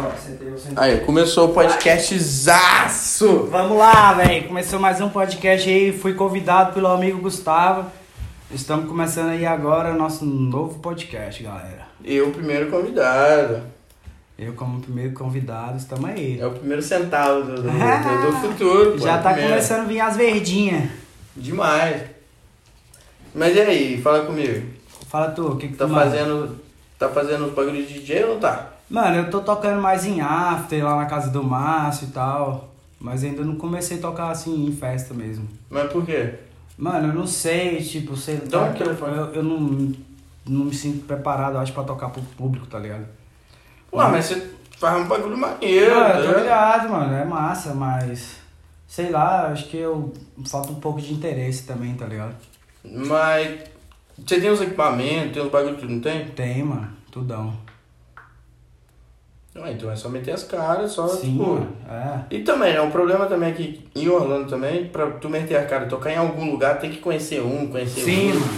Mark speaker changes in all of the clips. Speaker 1: você pegou sem.
Speaker 2: Aí, começou o podcast zaço!
Speaker 1: Vamos lá, velho. Começou mais um podcast aí. Fui convidado pelo amigo Gustavo. Estamos começando aí agora o nosso novo podcast, galera.
Speaker 2: Eu, o primeiro convidado.
Speaker 1: Eu, como primeiro convidado, estamos aí.
Speaker 2: É o primeiro centavo do, do, do- do futuro. pô, é
Speaker 1: Já
Speaker 2: o
Speaker 1: tá
Speaker 2: primeiro.
Speaker 1: começando a vir as verdinhas.
Speaker 2: Demais. Mas e aí, fala comigo.
Speaker 1: Fala tu, o que que
Speaker 2: Tá
Speaker 1: tu manda?
Speaker 2: fazendo. Tá fazendo os bagulho de DJ ou não tá?
Speaker 1: Mano, eu tô tocando mais em after, lá na casa do Márcio e tal. Mas ainda não comecei a tocar assim em festa mesmo.
Speaker 2: Mas por quê?
Speaker 1: Mano, eu não sei, tipo, sei
Speaker 2: Dá
Speaker 1: lá,
Speaker 2: um
Speaker 1: que eu,
Speaker 2: telefone.
Speaker 1: eu, eu não, não me sinto preparado, eu acho, pra tocar pro público, tá ligado?
Speaker 2: Ué, mas você faz um bagulho maneiro.
Speaker 1: Hum. Ah,
Speaker 2: né?
Speaker 1: tô ligado, mano, é massa, mas sei lá, acho que eu falta um pouco de interesse também, tá ligado?
Speaker 2: Mas. Você tem os equipamentos, tem os bagulhos que não tem?
Speaker 1: Tem, mano, tudão.
Speaker 2: Ah, então é só meter as caras, só
Speaker 1: Sim,
Speaker 2: tipo.
Speaker 1: mano, é.
Speaker 2: E também, né? O problema também é que em Orlando também, pra tu meter a cara e tocar em algum lugar, tem que conhecer um, conhecer
Speaker 1: Sim,
Speaker 2: outro.
Speaker 1: mano.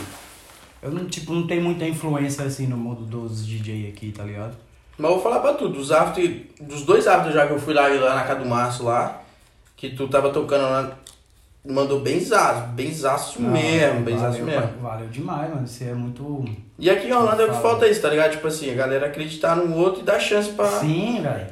Speaker 1: Eu não, tipo, não tenho muita influência assim no mundo dos DJ aqui, tá ligado?
Speaker 2: Mas eu vou falar pra tu, dos after, dos dois after já que eu fui lá, lá na casa do Márcio lá, que tu tava tocando lá, mandou benzaço, benzaço
Speaker 1: Não,
Speaker 2: mesmo, benzaço
Speaker 1: Ah, valeu,
Speaker 2: mesmo.
Speaker 1: pra- Valeu demais, mano. Você é muito.
Speaker 2: E aqui em Orlando é o que
Speaker 1: Fala.
Speaker 2: falta isso, tá ligado? Tipo assim, a galera acreditar no outro e dar chance pra...
Speaker 1: Sim, velho.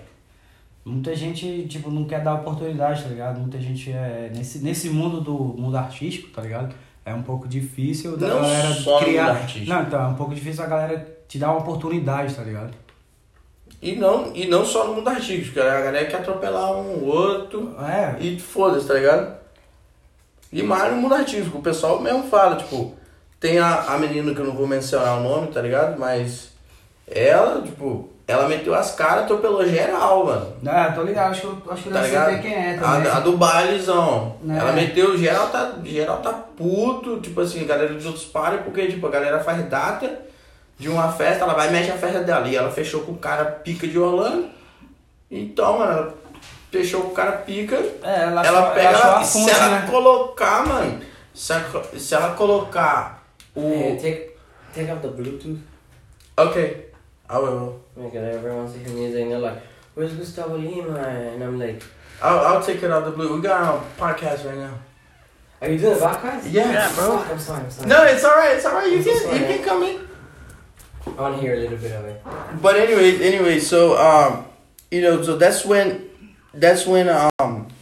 Speaker 1: Muita gente, tipo, não quer dar oportunidade, tá ligado? Muita gente é. Nesse, nesse mundo do mundo artístico, tá ligado? É um pouco difícil da
Speaker 2: Não
Speaker 1: galera
Speaker 2: só no
Speaker 1: criar.
Speaker 2: mundo artístico.
Speaker 1: Não, então, é um pouco difícil a galera te dar uma oportunidade, tá ligado?
Speaker 2: E, não, e não só no mundo artístico, cara. A galera quer atropelar um outro...
Speaker 1: É,
Speaker 2: E foda-se, tá ligado? E mais no mundo artístico, o pessoal mesmo fala, tipo, tem a, a menina que eu não vou mencionar o nome, tá ligado? Mas ela, tipo, ela meteu as caras, atropelou geral, mano.
Speaker 1: é, tô ligado, acho que eu acho que eu
Speaker 2: Tá
Speaker 1: deve
Speaker 2: ligado?
Speaker 1: saber quem é também.
Speaker 2: A, a do bailezão.
Speaker 1: É.
Speaker 2: Ela meteu geral, tá, geral tá puto, tipo assim, a galera dos outros param, porque, tipo, a galera faz data de uma festa, ela vai e mexe a festa dela. E ela fechou com o cara pica de Orlando. Então, mano, ela fechou com o cara pica
Speaker 1: É, ela,
Speaker 2: ela
Speaker 1: achou-
Speaker 2: pega
Speaker 1: ela achou
Speaker 2: ela-
Speaker 1: a
Speaker 2: e se
Speaker 1: fonte,
Speaker 2: ela
Speaker 1: né?
Speaker 2: colocar, mano, se ela, co- se ela colocar o
Speaker 3: Hey, take take off the Bluetooth.
Speaker 2: OK. I will.
Speaker 3: Oh my god, everyone's hearing music and they're like, Where's Gustavo Lima? And I'm like,
Speaker 2: I'll, I'll take it out of the blue. We got our podcast right now.
Speaker 3: Are you doing a podcast?
Speaker 2: Yeah, bro.
Speaker 3: Fuck, I'm sorry, I'm sorry.
Speaker 2: No, it's all right. It's all right. You can
Speaker 3: Sorry.
Speaker 2: you can come in.
Speaker 3: I want to hear a little bit of it.
Speaker 2: But anyway, anyway, so um, you know, so that's when that's when um